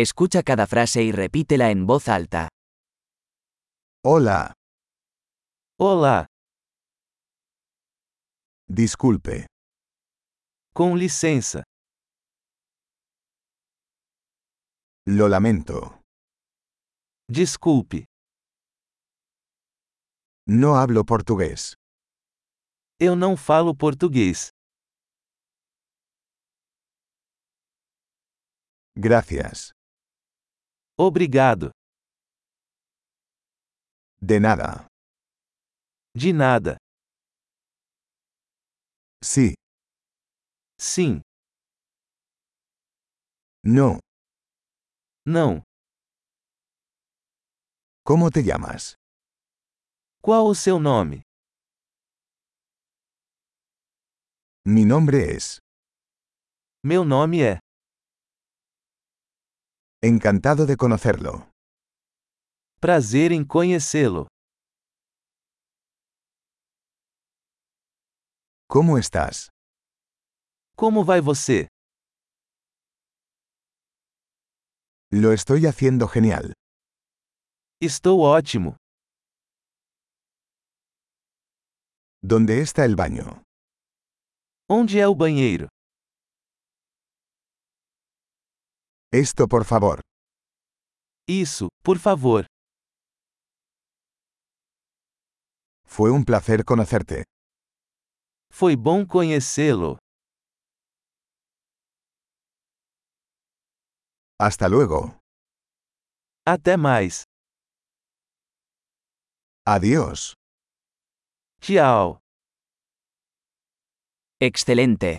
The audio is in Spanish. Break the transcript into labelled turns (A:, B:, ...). A: Escucha cada frase y repítela en voz alta.
B: Hola,
C: Olá,
B: disculpe,
C: com licença.
B: lo lamento.
C: Desculpe,
B: No hablo portugués.
C: eu não falo português.
B: Gracias.
C: Obrigado.
B: De nada.
C: De nada.
B: Sí,
C: Sim,
B: no.
C: não.
B: ¿Cómo te llamas?
C: Qual o seu nome?
B: Mi nombre es.
C: Meu nome é.
B: Encantado de conocerlo.
C: Prazer em conhecê-lo.
B: ¿Cómo estás?
C: Como vai você?
B: Lo estoy haciendo genial.
C: Estou ótimo.
B: ¿Dónde está el baño?
C: Onde é o banheiro?
B: Esto, por favor.
C: Isso, por favor.
B: Fue un placer conocerte.
C: Foi bom conhecê-lo.
B: Hasta luego.
C: Até mais.
B: Adiós.
C: Tchau.
A: Excelente.